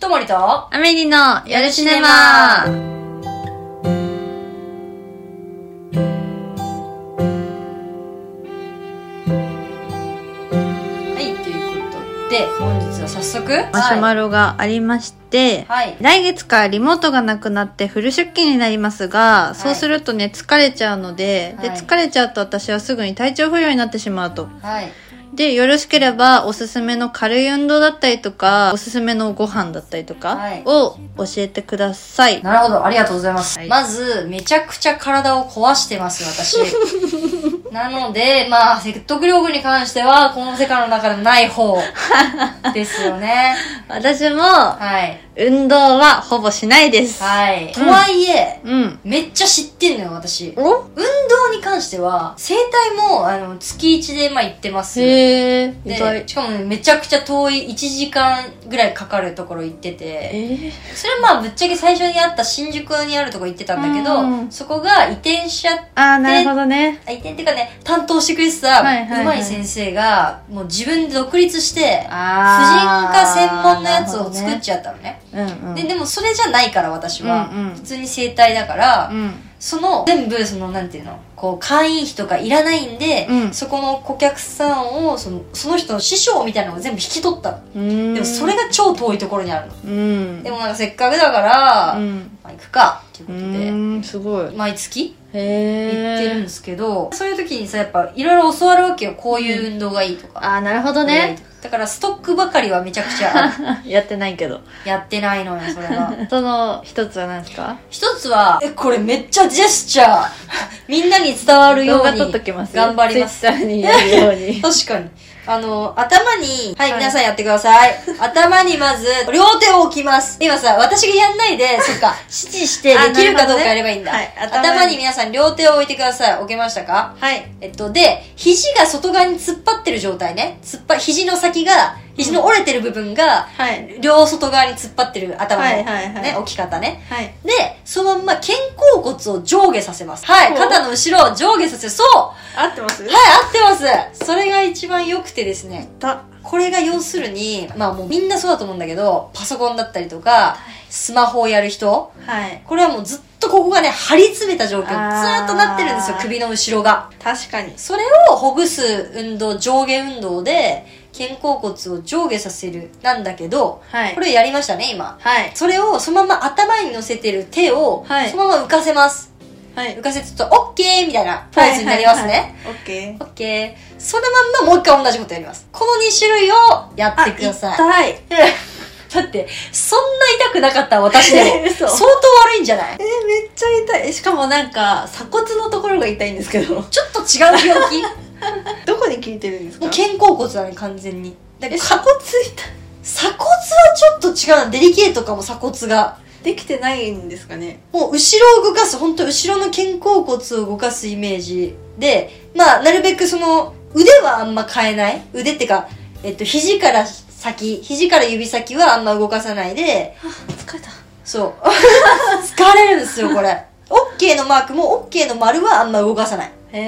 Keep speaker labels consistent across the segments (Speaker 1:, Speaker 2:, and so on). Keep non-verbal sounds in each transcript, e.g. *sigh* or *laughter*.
Speaker 1: ともりと、
Speaker 2: アメリの夜シネマ
Speaker 1: はい、ということで、本日は早速、
Speaker 2: マシュマロがありまして、
Speaker 1: はい。
Speaker 2: 来月からリモートがなくなってフル出勤になりますが、
Speaker 1: い
Speaker 2: そうするとね、疲れちゃうので,、
Speaker 1: は
Speaker 2: で、
Speaker 1: い
Speaker 2: 疲れちゃうと私はすぐに体調不良になってしまうと。
Speaker 1: はい。
Speaker 2: で、よろしければおすすめの軽い運動だったりとか、おすすめのご飯だったりとか
Speaker 1: はい
Speaker 2: を教えてください。
Speaker 1: なるほど、ありがとうございます。
Speaker 2: はい
Speaker 1: まず、めちゃくちゃ体を壊してます、私。 *laughs* なので、まあ、説得力に関しては、この世界の中でもない方ですよね。
Speaker 2: 私も、
Speaker 1: はい。
Speaker 2: 運動はほぼしないです。
Speaker 1: はい。とはいえ、
Speaker 2: うん。
Speaker 1: めっちゃ知ってんのよ、私。
Speaker 2: お
Speaker 1: 運動に関しては、整体も、あの、月1で、まあ、行ってます。
Speaker 2: へー、意
Speaker 1: で
Speaker 2: 外。
Speaker 1: しかもね、めちゃくちゃ遠い1時間ぐらいかかるところ行ってて
Speaker 2: え
Speaker 1: それはまあぶっちゃけ最初にあった新宿にあるとこ行ってたんだけ
Speaker 2: う
Speaker 1: ど
Speaker 2: ん
Speaker 1: そこが移転しちゃっ
Speaker 2: あー、なるほどね。
Speaker 1: あ移転っていうかね担当してくれてた
Speaker 2: はいはいはいう
Speaker 1: まい先生がもう自分で独立して婦人
Speaker 2: あ
Speaker 1: 科専門のやつを作っちゃったのね
Speaker 2: ゃうんうん。
Speaker 1: ででもそれじゃないから私は、
Speaker 2: うんうん
Speaker 1: 普通に整体だから、
Speaker 2: うん。
Speaker 1: その全部そのなんていうのこう会員費とかいらないんで、
Speaker 2: うん
Speaker 1: そこの顧客さんをそのその人の師匠みたいなのを全部引き取ったの
Speaker 2: で
Speaker 1: でもそれが超遠いところにあるの
Speaker 2: うん
Speaker 1: でもなんかせっかくだから、ま
Speaker 2: うん
Speaker 1: あ行くかっていうこ
Speaker 2: う
Speaker 1: とで、
Speaker 2: ーんすごい
Speaker 1: 毎月
Speaker 2: へ
Speaker 1: 行ってるん
Speaker 2: え
Speaker 1: ですけど、そういう時にさやっぱいろいろ教わるわけよこういう運動がいいとか、
Speaker 2: あーなるほどね
Speaker 1: だからストックばかりはめちゃくちゃ
Speaker 2: *laughs*
Speaker 1: ある
Speaker 2: やってないけど
Speaker 1: やってないのよそれは
Speaker 2: *laughs* その一つは何ですか
Speaker 1: 一つはえこれめっちゃジェスチャーみんなに伝わるよ
Speaker 2: 動
Speaker 1: う
Speaker 2: 画
Speaker 1: に
Speaker 2: 撮っときます
Speaker 1: 頑張ります
Speaker 2: ツイッターにやるよう
Speaker 1: *laughs*
Speaker 2: に
Speaker 1: 確かに。あの、頭に、はい、
Speaker 2: はい
Speaker 1: 皆さんやってください。頭にまず、両手を置きます。今さ、私がやんない
Speaker 2: *laughs*
Speaker 1: で、そっか、指示して
Speaker 2: あ
Speaker 1: できるかどうか
Speaker 2: な
Speaker 1: やれ
Speaker 2: るほどね
Speaker 1: ばいいんだ。
Speaker 2: はい
Speaker 1: 頭
Speaker 2: 頭
Speaker 1: に
Speaker 2: に
Speaker 1: 皆さん両手を置いてください。置けましたか
Speaker 2: はい
Speaker 1: えっと、で、肘が外側に突っ張ってる状態ね。突っ張、肘の先が、肘の折れてる部分が、
Speaker 2: はい
Speaker 1: 両外側に突っ張ってる頭の、
Speaker 2: はいはいはい
Speaker 1: ね、置き方ね。
Speaker 2: はい
Speaker 1: で、そのまんま肩甲骨を上下させます。はい、
Speaker 2: ほう
Speaker 1: 肩の後ろを上下させる。そう
Speaker 2: 合ってます
Speaker 1: はい、合ってますそれが一番良くてですね。
Speaker 2: た
Speaker 1: これが要するに、まあもうみんなそうだと思うんだけど、パソコンだったりとか、スマホをやる人、
Speaker 2: はい
Speaker 1: これはもうずっとここがね、張り詰めた状況、ず
Speaker 2: あー
Speaker 1: ーっとなってるんですよ、首の後ろが。
Speaker 2: 確かに
Speaker 1: それをほぐす運動、上下運動で、肩甲骨を上下させる、なんだけど、
Speaker 2: はい
Speaker 1: これやりましたね、今。
Speaker 2: はい
Speaker 1: それをそのまま頭に乗せてる手を、
Speaker 2: はい
Speaker 1: そのまま浮かせます。
Speaker 2: は
Speaker 1: 浮かせてちょっと、オッケーみたいなポーズになりますね。
Speaker 2: オッケー
Speaker 1: オッケー。そのまんまもう一回同じことやります。この2種類をやってください。
Speaker 2: 痛い
Speaker 1: *laughs* だって、そんな痛くなかった私でも。
Speaker 2: 嘘
Speaker 1: 相当悪いんじゃない
Speaker 2: えめっちゃ痛いしかもなんか鎖骨のところが痛いんですけど
Speaker 1: ちょっと違う病気
Speaker 2: *laughs* どこに効いてるんです
Speaker 1: もう肩甲骨だね、完全に。だから
Speaker 2: え
Speaker 1: か
Speaker 2: 鎖骨痛い
Speaker 1: 鎖骨はちょっと違うな。デリケートかも、鎖骨が。
Speaker 2: できてないんですかね
Speaker 1: もう後ろを動かす、本当後ろの肩甲骨を動かすイメージで、まあ、なるべくその、腕はあんま変えない。腕ってか、えっと、肘から先、肘から指先はあんま動かさないで、
Speaker 2: あ疲れた
Speaker 1: そう。 *laughs* 疲れるんですよ、これ。オッケーのマークもオッケーの丸はあんま動かさない。
Speaker 2: へ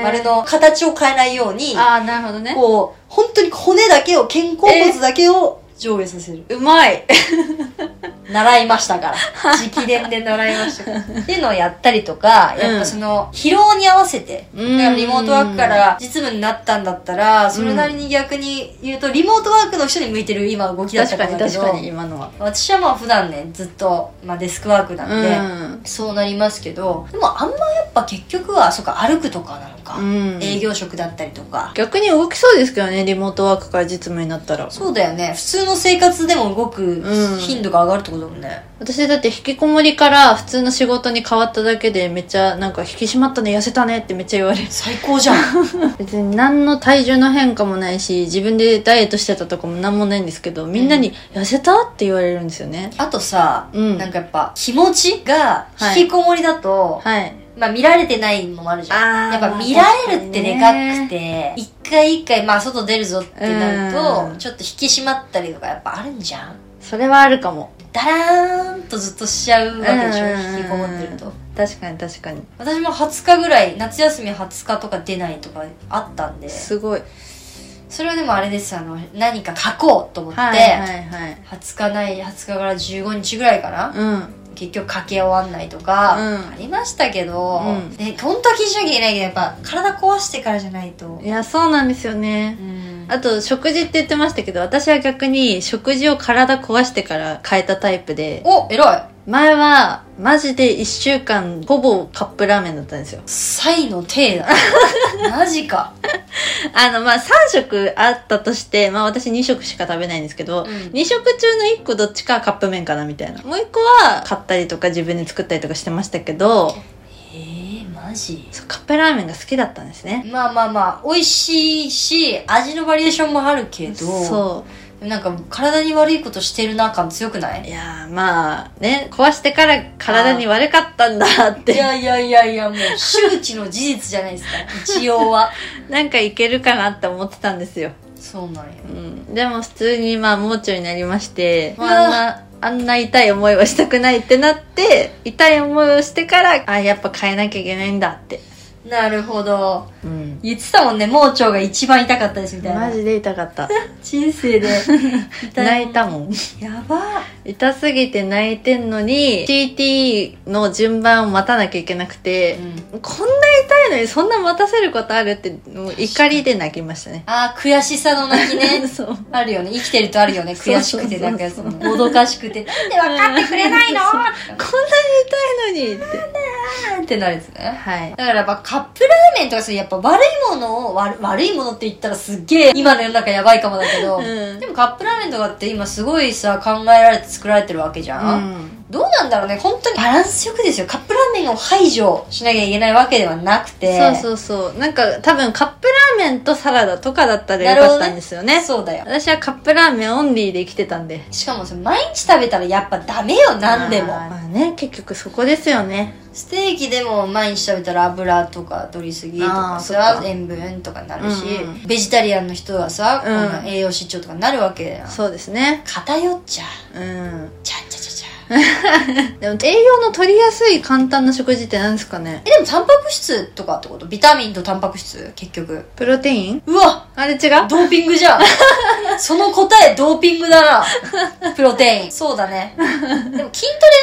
Speaker 2: え
Speaker 1: 丸の形を変えないように、
Speaker 2: ああなるほどね
Speaker 1: こう、本当に骨だけを、肩甲骨だけを上下させる。
Speaker 2: うまい *laughs*
Speaker 1: 習いましたから。直伝で習いましたから。 *laughs* っていうのをやったりとか、
Speaker 2: うん
Speaker 1: やっぱその、疲労に合わせて、だ
Speaker 2: うん
Speaker 1: からリモートワークから実務になったんだったら、それなりに逆に言うと、リモートワークの人に向いてる今動きだった
Speaker 2: 確
Speaker 1: か
Speaker 2: からに
Speaker 1: だけ
Speaker 2: 確
Speaker 1: ど、
Speaker 2: かに今のは
Speaker 1: 私はまあ普段ね、ずっと、まあデスクワークなんで、そうなりますけどでもあんまやっぱ結局はそっか歩くとかなのか、
Speaker 2: うん、
Speaker 1: 営業職だったりとか
Speaker 2: 逆に動きそうですけどねリモートワークから実務になったら
Speaker 1: そうだよね普通の生活でも動く
Speaker 2: うん
Speaker 1: 頻度が上がるってことだもんね、
Speaker 2: 私だって引きこもりから普通の仕事に変わっただけでめっちゃなんか引き締まったね痩せたねってめっちゃ言われる
Speaker 1: 最高じゃ
Speaker 2: *laughs*
Speaker 1: ん
Speaker 2: 別に何の体重の変化もないし自分でダイエットしてたとかも何もないんですけどみんなに「痩せた?」って言われるんですよね
Speaker 1: あとさ、
Speaker 2: うん
Speaker 1: なんかやっぱ気持ちが
Speaker 2: はい
Speaker 1: 引きこもりだと、
Speaker 2: はい
Speaker 1: まあ見られてないのもあるじゃん
Speaker 2: あ
Speaker 1: やっぱ見られるってでかくて一回一回まあ外出るぞってなる
Speaker 2: う
Speaker 1: と
Speaker 2: ん
Speaker 1: ちょっと引き締まったりとかやっぱあるんじゃん
Speaker 2: それはあるかも
Speaker 1: だらーんとずっとしちゃうわけでしょ
Speaker 2: うん
Speaker 1: 引きこもってると
Speaker 2: 確かに確かに
Speaker 1: 私も20日ぐらい夏休み20日とか出ないとかあったんです
Speaker 2: ごい
Speaker 1: それはでもあれですあの何か書こうと思って、
Speaker 2: はいはいはい
Speaker 1: 20日ない20日から15日ぐらいかな、
Speaker 2: うん
Speaker 1: 結局書き終わんないとか、
Speaker 2: うん
Speaker 1: ありましたけど、
Speaker 2: うん
Speaker 1: ね本当は気にしなきゃいけないけどやっぱ体壊してからじゃないと
Speaker 2: いやそうなんですよね
Speaker 1: うん
Speaker 2: あと食事って言ってましたけど私は逆に食事を体壊してから変えたタイプで
Speaker 1: お偉い
Speaker 2: 前はマジで1週間ほぼカップラーメンだったんですよ
Speaker 1: サイの体
Speaker 2: *laughs*
Speaker 1: だマジか
Speaker 2: あの、まあ、3食あったとして、まあ、私2食しか食べないんですけど、
Speaker 1: うん
Speaker 2: 2食中の1個どっちかはカップ麺かなみたいな。もう1個は買ったりとか自分で作ったりとかしてましたけど、
Speaker 1: えー、マジ
Speaker 2: そうカップラーメンが好きだったんですね。
Speaker 1: まあまあまあ美味しいし味のバリエーションもあるけど
Speaker 2: そ
Speaker 1: なんか体に悪いことしてるな感強くな
Speaker 2: う。
Speaker 1: い
Speaker 2: いやー、まあ、ね、壊してから体に悪かったんだっ
Speaker 1: い
Speaker 2: て、
Speaker 1: やいやいやいやもう周知の事実じゃない *laughs* ですか一応は
Speaker 2: なんかいけるかなって思ってたんですよ。
Speaker 1: そうなんや
Speaker 2: うん。でも普通に、まあ、盲腸になりまして、ま
Speaker 1: うわ
Speaker 2: あ、あんな、あんな痛い思いはしたくないってなって、痛い思いをしてから、あ、やっぱ変えなきゃいけないんだって。
Speaker 1: なるほど
Speaker 2: うん。
Speaker 1: 言ってたもんね盲腸が一番痛かったですみたいな
Speaker 2: マジで痛かった。
Speaker 1: 人生 *laughs* で
Speaker 2: 泣いたもん。
Speaker 1: やば
Speaker 2: 痛すぎて泣いてんのに、CT の順番を待たなきゃいけなくて、こんな痛いのにそんな待たせることあるって、もう怒りで泣きましたね。
Speaker 1: あー悔しさの泣き *laughs* ね
Speaker 2: *laughs* そう。
Speaker 1: あるよね生きてるとあるよね悔しくてなんかそのもどかしくてなんで分かってくれないの
Speaker 2: そ
Speaker 1: っ
Speaker 2: うこんなに痛いのにって。
Speaker 1: てなるやつね
Speaker 2: はい。
Speaker 1: だからやっぱカップラーメンとかそういうやっぱ悪いものを悪悪いものって言ったらすっげえ今の世の中やばいかもだけど、
Speaker 2: うん
Speaker 1: でもカップラーメンとかって今すごいさ考えられて作られてるわけじゃん、
Speaker 2: う
Speaker 1: どうなんだろうね本当にバランスよくですよカップラーメンを排除しなきゃいけないわけではなくて
Speaker 2: ん、そうそうそう。なんか多分カップラーメンとサラダとかだったらよかったんですよね。
Speaker 1: そうだよ
Speaker 2: 私はカップラーメンオンリーで生きてたんで。
Speaker 1: しかもそれ毎日食べたらやっぱダメよ何で
Speaker 2: あー
Speaker 1: も
Speaker 2: まあね、結局そこですよね。
Speaker 1: ステーキでも毎日食べたら油とか取りすぎと
Speaker 2: あ
Speaker 1: か
Speaker 2: ーそ
Speaker 1: さ
Speaker 2: っか
Speaker 1: 塩分とかになるし、
Speaker 2: うん
Speaker 1: ベジタリアンの人はさ、
Speaker 2: うん
Speaker 1: こんな栄養失調とかになるわけだよ
Speaker 2: そうですね。
Speaker 1: 偏っちゃう
Speaker 2: うん。
Speaker 1: ちゃんちゃちゃちゃ
Speaker 2: でも栄養の取りやすい簡単な食事って何ですかね
Speaker 1: えでもタンパク質とかってことビタミンとタンパク質結局
Speaker 2: プロテイン
Speaker 1: うわ
Speaker 2: あれ違う
Speaker 1: ドーピング
Speaker 2: *laughs*
Speaker 1: じゃんその答えドーピングだなプロテインそうだねでも筋トレが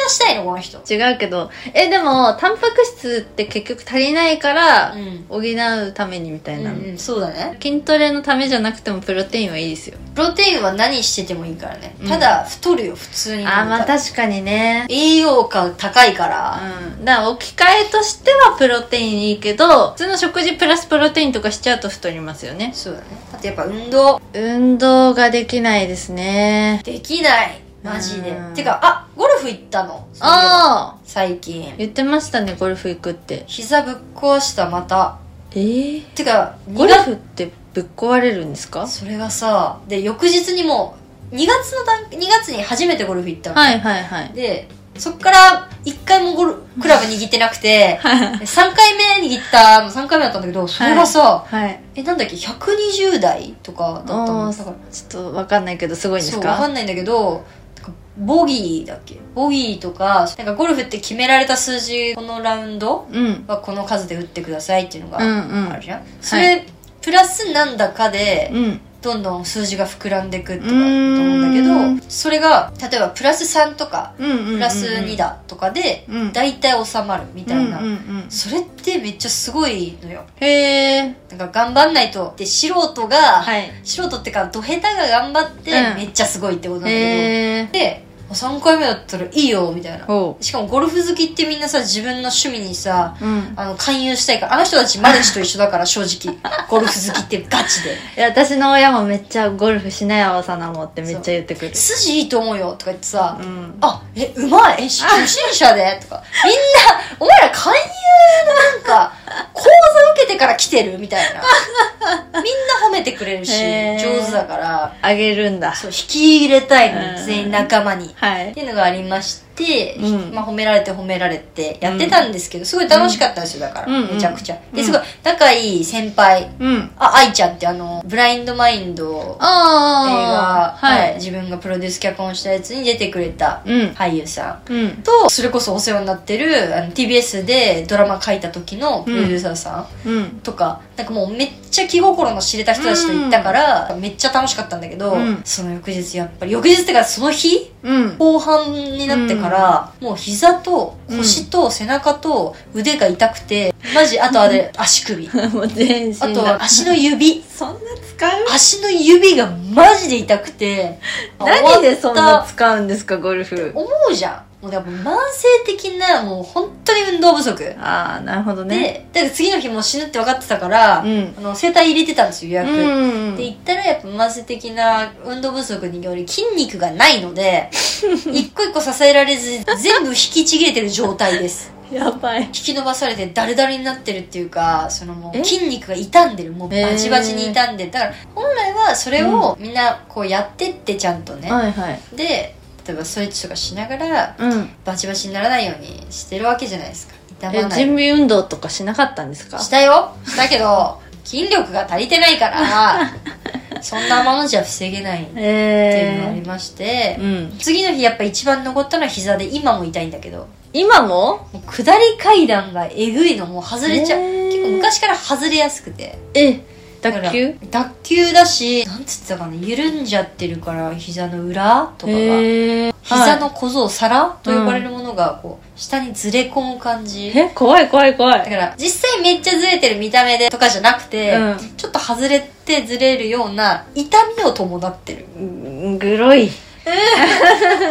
Speaker 1: したいのこの人
Speaker 2: 違うけど。え、でも、タンパク質って結局足りないから
Speaker 1: う、ん、
Speaker 2: 補うためにみた
Speaker 1: う
Speaker 2: い
Speaker 1: ん
Speaker 2: な、
Speaker 1: うん、そうだね
Speaker 2: 筋トレのためじゃなくてもプロテインはいいですよ。
Speaker 1: プロテインは何しててもいいからね、
Speaker 2: うん
Speaker 1: ただ太るよ普通に
Speaker 2: あー、まあ確かにね。
Speaker 1: 栄養価高いから、
Speaker 2: うん。だから置き換えとしてはプロテインいいけど、普通の食事プラスプロテインとかしちゃうと太りますよね。
Speaker 1: そうだねあとやっぱ運動
Speaker 2: 運動ができないですね。
Speaker 1: できないマジで
Speaker 2: うん
Speaker 1: てかあゴルフ行ったのそういえば
Speaker 2: ああ
Speaker 1: 最近
Speaker 2: 言ってましたね、ゴルフ行くって。
Speaker 1: 膝ぶっ壊したまた
Speaker 2: えー
Speaker 1: てか
Speaker 2: ゴ
Speaker 1: 2
Speaker 2: ル
Speaker 1: 月
Speaker 2: フってぶっ壊れるんですか
Speaker 1: それがさで翌日にもう2月の段2月に初めてゴルフ行ったの、
Speaker 2: はいはいはい。
Speaker 1: でそっから1回もゴルクラブ握ってなくて3回目握った3回目だったんだけどそれがさ、
Speaker 2: はい。
Speaker 1: えなんだっけ120代とかだった
Speaker 2: あ
Speaker 1: の
Speaker 2: ー
Speaker 1: だから
Speaker 2: ちょっとわかんないけど、すごいんで
Speaker 1: そ
Speaker 2: す
Speaker 1: うわか
Speaker 2: か
Speaker 1: んないんだけどなんかボギーだっけボギーとかなんかゴルフって決められた数字このラウンド
Speaker 2: うん。うん
Speaker 1: はこの数で打ってくださいっていうの
Speaker 2: う
Speaker 1: があ
Speaker 2: ん
Speaker 1: る。じゃん、それ、プラスなんだかで、
Speaker 2: うん。
Speaker 1: どんどん数字が膨らんでいくとかだと思うんだけどそれが例えばプラス3とか
Speaker 2: うんうん。
Speaker 1: プラス2だとかで
Speaker 2: うん
Speaker 1: 大体収まるみたいな、
Speaker 2: うんうんうん。
Speaker 1: それってめっちゃすごいのよ
Speaker 2: へえ。
Speaker 1: なんか頑張んないとで素人が、
Speaker 2: はい。
Speaker 1: 素人ってかドヘタが頑張って
Speaker 2: うん
Speaker 1: めっちゃすごいってことなんだけ
Speaker 2: へえ
Speaker 1: ど、。で3回目だったらいいよみたいな
Speaker 2: ほ
Speaker 1: しかもゴルフ好きってみんなさ自分の趣味にさ
Speaker 2: う。うん。
Speaker 1: あの勧誘したいからあの人たちマルチと一緒だから正直ゴルフ好きってガチで
Speaker 2: いや、私の親もめっちゃゴルフしないわ、さなもってめっちゃ言ってくる。
Speaker 1: 筋いいと思うよとか言ってさ、
Speaker 2: うん。
Speaker 1: あ、え、うまい、え、
Speaker 2: *laughs*
Speaker 1: し初心者でとか、みんな、お前ら勧誘のなんか、講座受けてから来てるみたいな。みんな褒めてくれるし、
Speaker 2: へー
Speaker 1: 上手だから、
Speaker 2: あげるんだ。
Speaker 1: そう、引き入れたいの
Speaker 2: う
Speaker 1: よ、
Speaker 2: ん
Speaker 1: 全員仲間に。
Speaker 2: はい
Speaker 1: っ。ていうのがありまして、
Speaker 2: うん
Speaker 1: まあ褒められて褒められてやってたんですけど、すごい楽しかったんですよ、だから、
Speaker 2: うん
Speaker 1: めちゃくちゃ。
Speaker 2: うん
Speaker 1: で、すごい仲いい先輩、
Speaker 2: うん。
Speaker 1: あ、愛ちゃんってあの、ブラインドマインド映画
Speaker 2: あ、あ。
Speaker 1: は、
Speaker 2: はいい。
Speaker 1: 自分がプロデュース脚本したやつに出てくれた
Speaker 2: うん。
Speaker 1: 俳優さん
Speaker 2: うん。
Speaker 1: とそれこそお世話になってるあの TBS でドラマ書いた時のプロデューサーさな
Speaker 2: うん
Speaker 1: とかなんかもうめっちゃ気心の知れた人たちと行ったから、めっちゃ楽しかったんだけど、
Speaker 2: うん
Speaker 1: その翌日やっぱり翌日ってかその日
Speaker 2: うん
Speaker 1: 後半になってから、もう膝と腰と背中と腕が痛くて、マジあとあれ足首あ
Speaker 2: *laughs* もう全身
Speaker 1: と
Speaker 2: が
Speaker 1: は足の指
Speaker 2: そんな使う
Speaker 1: 足の指がマジで痛くて
Speaker 2: 何でそん
Speaker 1: 終わ
Speaker 2: な
Speaker 1: った
Speaker 2: 使うんですかゴルフ
Speaker 1: 思うじゃんもうでも慢性的なもう本当に運動不足、
Speaker 2: ああなるほどね
Speaker 1: でだから次の日もう死ぬって分かってたから、
Speaker 2: うん
Speaker 1: あの整体入れてたんですよ予
Speaker 2: う
Speaker 1: 約、
Speaker 2: ん
Speaker 1: って言ったらやっぱ慢性的な運動不足により筋肉がないの
Speaker 2: *laughs*
Speaker 1: で一個一個支えられず全部引きちぎれてる状態です *laughs*
Speaker 2: やばい
Speaker 1: 引き伸ばされてダルダルになってるっていうかそのも
Speaker 2: え
Speaker 1: う筋肉が傷んでるもう
Speaker 2: へー
Speaker 1: バチバチに傷んでるだから本来はそれをみんなこうやってってちゃんとね、
Speaker 2: はいはい
Speaker 1: で例えばストレッチとかしながら
Speaker 2: うん
Speaker 1: バチバチにならないようにしてるわけじゃないですか痛
Speaker 2: え
Speaker 1: まない
Speaker 2: 準備運動とかしなかったんですか
Speaker 1: したよだけど筋力が足りてないから
Speaker 2: *laughs*
Speaker 1: そんなものじゃ防げないっていうのがあり
Speaker 2: え
Speaker 1: まして
Speaker 2: え、うん
Speaker 1: 次の日やっぱ一番残ったのは膝で今も痛いんだけど
Speaker 2: 今も
Speaker 1: もう下り階段がえぐいのもう外れちゃう、
Speaker 2: へー
Speaker 1: 結構昔から外れやすくて
Speaker 2: え
Speaker 1: だから
Speaker 2: 卓球
Speaker 1: 脱臼だしなんつってたかな緩んじゃってるから膝の裏とかが
Speaker 2: へえ
Speaker 1: 膝の小僧皿と呼ばれるものがこう下にずれ込む感じ、
Speaker 2: え怖い怖い怖
Speaker 1: だ
Speaker 2: い
Speaker 1: から実際めっちゃずれてる見た目でとかじゃなくて、
Speaker 2: うん
Speaker 1: ちょっと外れてずれるような痛みを伴ってる
Speaker 2: うんグロい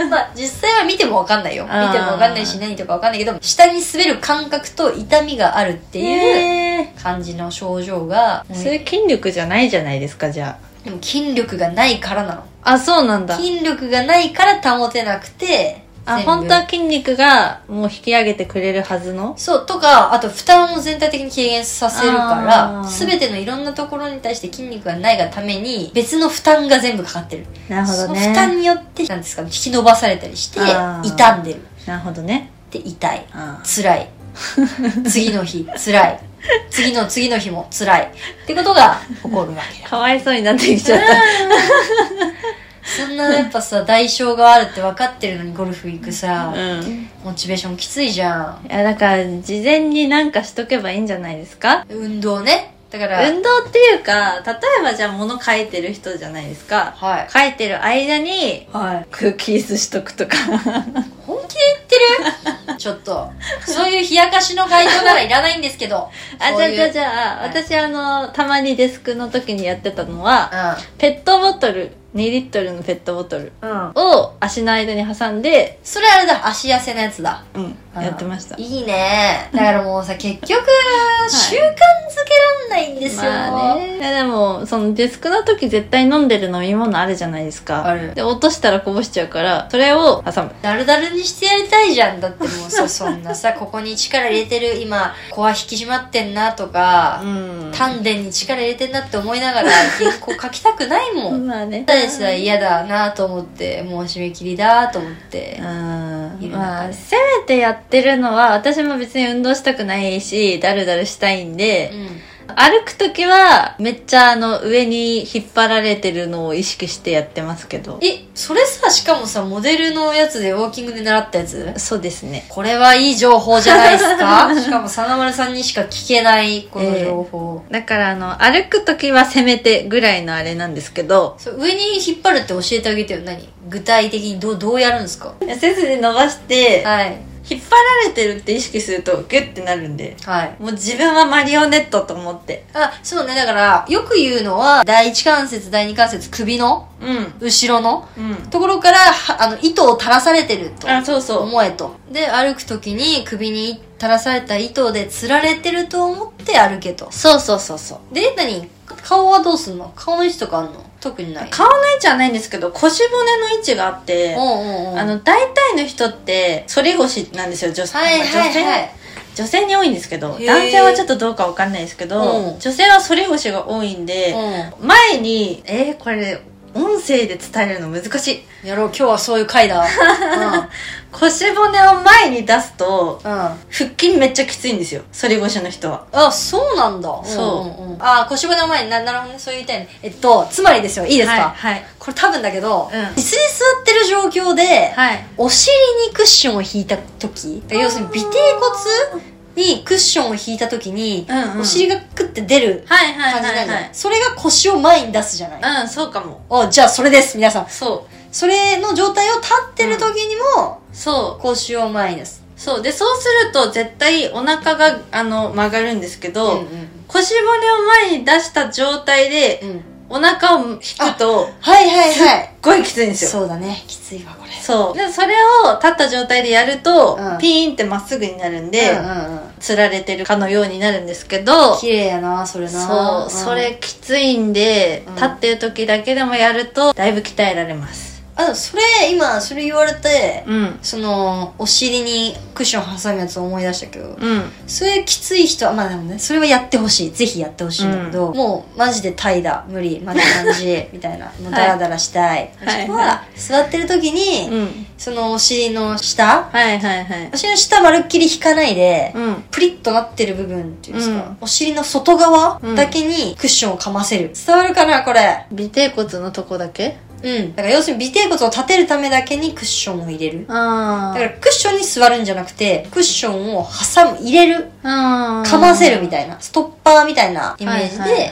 Speaker 1: まあ実際は見ても分かんないよ見
Speaker 2: あー
Speaker 1: ても分かんないし何とか分かんないけど下に滑る感覚と痛みがあるっていう
Speaker 2: え
Speaker 1: 感じの症状が、
Speaker 2: ーそれ筋力じゃないじゃないですかじゃ
Speaker 1: でも筋力がないからなの
Speaker 2: ああそうなんだ
Speaker 1: 筋力がないから保てなくて
Speaker 2: あ
Speaker 1: 全部
Speaker 2: 本当は筋肉がもう引き上げてくれるはずの
Speaker 1: そうとかあと負担を全体的に軽減させるか
Speaker 2: あ
Speaker 1: ら
Speaker 2: ー
Speaker 1: 全てのいろんなところに対して筋肉がないがために別の負担が全部かかってる
Speaker 2: なるほ
Speaker 1: そ
Speaker 2: ど
Speaker 1: の
Speaker 2: ね
Speaker 1: 負担によってなんですか引き伸ばされたりして
Speaker 2: あー
Speaker 1: 傷んでる
Speaker 2: なるほどね
Speaker 1: で痛い
Speaker 2: あ
Speaker 1: 辛
Speaker 2: *laughs*
Speaker 1: い次の日辛い次の次の日も辛いってことが起こるわけ
Speaker 2: ー
Speaker 1: よ
Speaker 2: かわいそうになってきちゃった
Speaker 1: そんなやっぱさ代償があるって分かってるのにゴルフ行くさ
Speaker 2: うん
Speaker 1: モチベーションきついじゃん
Speaker 2: いやだから事前になんかしとけばいいんじゃないですか
Speaker 1: 運動ねだから、
Speaker 2: 運動っていうか例えばじゃあ物書いてる人じゃないですか
Speaker 1: はい
Speaker 2: 書いてる間に
Speaker 1: はい
Speaker 2: クッキースしとくとか
Speaker 1: 本気で言ってるちょっとそういう冷やかしの回答ならいらないんですけど
Speaker 2: あじ
Speaker 1: そ
Speaker 2: ゃ
Speaker 1: う
Speaker 2: あ
Speaker 1: いう
Speaker 2: じゃあじゃあ、
Speaker 1: はい
Speaker 2: 私あのたまにデスクの時にやってたのは
Speaker 1: う
Speaker 2: ペットボトル2リットルのペットボトル
Speaker 1: ん、うん、
Speaker 2: を足の間に挟んで、
Speaker 1: それあれだ足痩せのやつだ
Speaker 2: うん、
Speaker 1: うん
Speaker 2: やってました
Speaker 1: いいねだからもうさ結局習慣づけらんないんですよ、
Speaker 2: まあね、いやでもそのデスクの時絶対飲んでる飲み物あるじゃないですか
Speaker 1: ある
Speaker 2: で落としたらこぼしちゃうからそれを挟む
Speaker 1: だるだるにしてやりたいじゃんだってもう
Speaker 2: *laughs*
Speaker 1: さそんなさここに力入れてる今コア引き締まってんなとか、
Speaker 2: ん
Speaker 1: 丹田に力入れてんなって思いながら原稿書きたくないもん
Speaker 2: まあね
Speaker 1: ただでさえ嫌だなと思ってもう締め切りだと思って
Speaker 2: うん
Speaker 1: いる中で
Speaker 2: まあせめてやってるのは私も別に運動したくないしだるだるしたいん
Speaker 1: う
Speaker 2: で、
Speaker 1: ん
Speaker 2: 歩く時はめっちゃあの上に引っ張られてるのを意識してやってますけど
Speaker 1: えそれさしかもさモデルのやつでウォーキングで習ったやつ
Speaker 2: そうですね
Speaker 1: これはいい情報じゃないですか
Speaker 2: *laughs*
Speaker 1: しかも真田丸さんにしか聞けないこの情報、
Speaker 2: だからあの歩く時はせめてぐらいのあれなんですけど
Speaker 1: そう上に引っ張るって教えてあげてよ何具体的にどうどうやるんですか
Speaker 2: 背筋伸ばして
Speaker 1: はい
Speaker 2: 引っ張られてるって意識するとギュッてなるんで
Speaker 1: はい
Speaker 2: もう自分はマリオネットと思って
Speaker 1: あそうねだからよく言うのは第一関節第二関節首の
Speaker 2: うん
Speaker 1: 後ろの
Speaker 2: うん
Speaker 1: ところからはあの糸を垂らされてると
Speaker 2: あそうそう
Speaker 1: 思えとで歩く時に首に垂らされた糸でつられてると思って歩けと
Speaker 2: そうそうそうそう
Speaker 1: で何顔はどうすんの顔の位置とかあんの特にない
Speaker 2: 顔の位置はないんですけど腰骨の位置があって
Speaker 1: うんうんうん
Speaker 2: あの大体の人って反り腰なんですよ女性,、
Speaker 1: はいはいは
Speaker 2: 女
Speaker 1: い
Speaker 2: 性女性に多いんですけど
Speaker 1: へー
Speaker 2: 男性はちょっとどうかわかんないですけど、
Speaker 1: うん
Speaker 2: 女性は反り腰が多いんで、
Speaker 1: う
Speaker 2: 前にえー、これ音声で伝えるの難しい
Speaker 1: んやろう今日はそういう回
Speaker 2: *laughs*
Speaker 1: だう
Speaker 2: 腰骨を前に出す
Speaker 1: んう
Speaker 2: と
Speaker 1: ん
Speaker 2: 腹筋めっちゃきついんですよ反り腰の人は
Speaker 1: あそうなんだ
Speaker 2: そうん
Speaker 1: んんあ腰骨の前にななるほどねそう言いたいねえっとつまりですよいい
Speaker 2: い
Speaker 1: ですか、
Speaker 2: はいはい、
Speaker 1: これ多分だけど、
Speaker 2: うん
Speaker 1: 椅子に座ってる状況で、
Speaker 2: はい
Speaker 1: お尻にクッションを引いた時要するに尾てい骨にクッションを引いた時に、
Speaker 2: うんうん
Speaker 1: お尻がクッて出る
Speaker 2: はいはい
Speaker 1: 感じな
Speaker 2: は
Speaker 1: ん
Speaker 2: い
Speaker 1: じゃな、
Speaker 2: はい
Speaker 1: それが腰を前に出すじゃない、
Speaker 2: いうんそうかも
Speaker 1: おじゃあそれです皆さん
Speaker 2: そ
Speaker 1: それの状態を立ってる時にも、
Speaker 2: うそう
Speaker 1: 腰を前に出す
Speaker 2: そうでそうすると絶対お腹があの曲がるんですけど、
Speaker 1: ん
Speaker 2: 腰骨を前に出した状態で
Speaker 1: うん、
Speaker 2: お腹を引くとすっ
Speaker 1: はいはいはい
Speaker 2: ごいきついんですよ
Speaker 1: そうだねきついわこれ
Speaker 2: そうでそれを立った状態でやると、
Speaker 1: うん
Speaker 2: ピーンってまっすぐになるんで、
Speaker 1: うんうんうん、
Speaker 2: つられてるかのようになるんですけど
Speaker 1: 綺麗やなそれな
Speaker 2: そう、
Speaker 1: ん
Speaker 2: それきついんで、
Speaker 1: うん
Speaker 2: 立ってる時だけでもやるとだいぶ鍛えられます
Speaker 1: あでもそれ今それ言われて、
Speaker 2: うん
Speaker 1: そのお尻にクッション挟むやつを思い出したけど
Speaker 2: うん
Speaker 1: それきつい人はまあでもねそれはやってほしいぜひやってほしいんだけど、もうマジで怠惰無理まだ感
Speaker 2: *laughs*
Speaker 1: じみたいなもうダラダラしたい、
Speaker 2: は
Speaker 1: もし
Speaker 2: い
Speaker 1: くは座ってる時に、
Speaker 2: うん
Speaker 1: そのお尻の下
Speaker 2: はいはいはい
Speaker 1: お尻の下まるっきり引かないで、
Speaker 2: うん
Speaker 1: プリッとなってる部分っていうんですか、
Speaker 2: うん
Speaker 1: お尻の外側
Speaker 2: うん
Speaker 1: だけにクッションをかませる伝わるかなこれ
Speaker 2: 尾てい骨のとこだけ
Speaker 1: うんだから要するに尾てい骨を立てるためだけにクッションを入れるだ
Speaker 2: あ
Speaker 1: からクッションに座るんじゃなくてクッションを挟む入れる
Speaker 2: あ
Speaker 1: かませるみた
Speaker 2: い
Speaker 1: いなストッパーみたいなイメージで、
Speaker 2: はいはいはい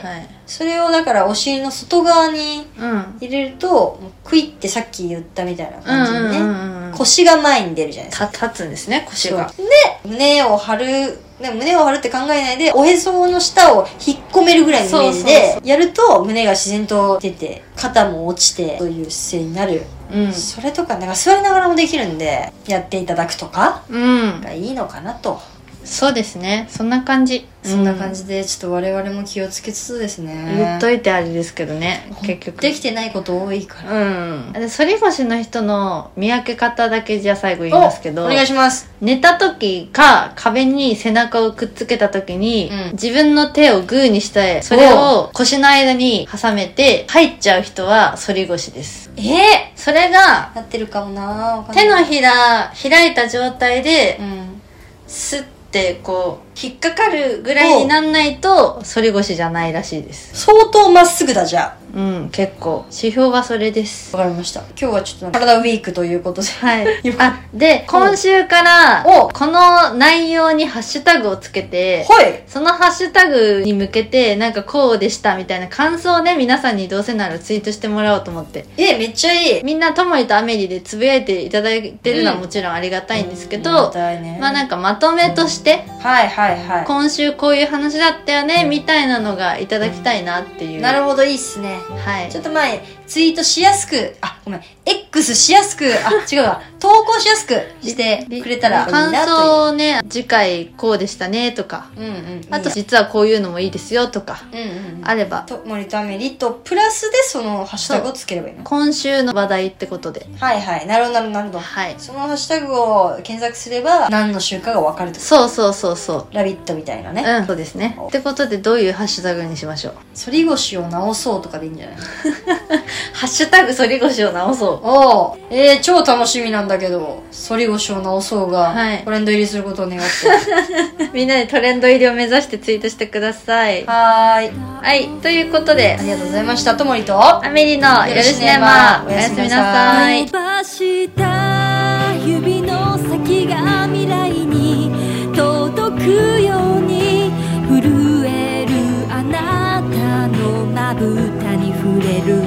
Speaker 1: それをだからお尻の外側に
Speaker 2: うん
Speaker 1: 入れるともうクイってさっき言ったみたいな感じでね、
Speaker 2: うんうんうんうん
Speaker 1: 腰が前に出るじゃないですか
Speaker 2: た立つんですね腰が
Speaker 1: そうで胸を張るで胸を張るって考えないでおへその下を引っ込めるぐらいのイメージ
Speaker 2: そうそう
Speaker 1: でやると胸が自然と出て肩も落ちてという姿勢になる、
Speaker 2: うん
Speaker 1: それとかなんか座りながらもできるんでやっていただくとか
Speaker 2: うん
Speaker 1: がいいのかなと、
Speaker 2: そうですねそんな感じ
Speaker 1: そんな感、じでちょっと我々も気をつけつつです
Speaker 2: う
Speaker 1: ね
Speaker 2: ん言っといてあれですけどね結局
Speaker 1: できてないこと多いから
Speaker 2: うんで反り腰の人の見分け方だけじゃあ最後言いますけど
Speaker 1: おお願いします
Speaker 2: 寝た時か壁に背中をくっつけた時に、
Speaker 1: うん
Speaker 2: 自分の手をグーにしてそれを腰の間に挟めて入っちゃう人は反り腰です
Speaker 1: ええ
Speaker 2: それが
Speaker 1: なってるかもなわかんない
Speaker 2: 手のひら開いた状態で
Speaker 1: うん
Speaker 2: スッてこう引っかかるぐらいになんないと反り腰じゃないらしいです
Speaker 1: 相当まっすぐだじゃあ
Speaker 2: うん結構指標はそれです
Speaker 1: わかりました今日はちょっと体ウィークということで
Speaker 2: はい
Speaker 1: *laughs* よ。か
Speaker 2: あ、で、今週から、
Speaker 1: お
Speaker 2: この内容にハッシュタグをつけて、
Speaker 1: はい
Speaker 2: そのハッシュタグに向けて、なんかこうでしたみたいな感想をね、皆さんにどうせならツイートしてもらおうと思って。
Speaker 1: えめっちゃいい
Speaker 2: みんなともりとアメリでつぶやいていただいてるのはもちろんありがたいんですけど、まあなん
Speaker 1: か
Speaker 2: かまとめとして、
Speaker 1: はいはいは
Speaker 2: 今週こういう話だったよね、みたいなのがいただきたいなってい。
Speaker 1: いうな
Speaker 2: る
Speaker 1: るほどいいっすね
Speaker 2: はい
Speaker 1: ち。ょっと前ツイートしやすくあごめん X しやすくあ違う
Speaker 2: *laughs*
Speaker 1: わ投稿しやすくしてくれたらいい
Speaker 2: 感
Speaker 1: なと
Speaker 2: 想をね、次回こうでしたねとか、
Speaker 1: いううんうん
Speaker 2: あと
Speaker 1: いい
Speaker 2: 実はこういうのもいいですよとか、
Speaker 1: やうんうん
Speaker 2: あれば、
Speaker 1: と森とアメリとプラスでそのハッシュタグをつければいいの
Speaker 2: 今週の話題ってことで。
Speaker 1: はいはいなるほどなるほどなるほど
Speaker 2: はい。
Speaker 1: そのハッシュタグを検索すれば何の週かが分かると
Speaker 2: そうそうそうそう。
Speaker 1: ラビットみたいなね、
Speaker 2: うん、そうですね。ってことで、どういうハッシュタグにしましょう
Speaker 1: 反り腰を直そうとかでいいんじゃない
Speaker 2: ハッシュタグ反り腰を直 *laughs* そ
Speaker 1: おおえー、超楽しみなんだけど反り腰を直そうが、
Speaker 2: はい
Speaker 1: トレンド入りすることを願って
Speaker 2: う。みんなでトレンド入りを目指してツイートしてください。
Speaker 1: *laughs* はーい
Speaker 2: はい、ということで
Speaker 1: あ、りがとうございましたともりとあ
Speaker 2: アメリのよろしねま、お
Speaker 1: よろ
Speaker 2: や
Speaker 1: し
Speaker 2: す
Speaker 1: ねば
Speaker 2: みなさい
Speaker 3: 伸。ばした指の先が未来に届くように震えるあなたのまぶたに触れる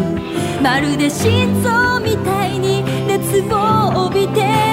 Speaker 3: まるで心臓みたいに熱を帯びて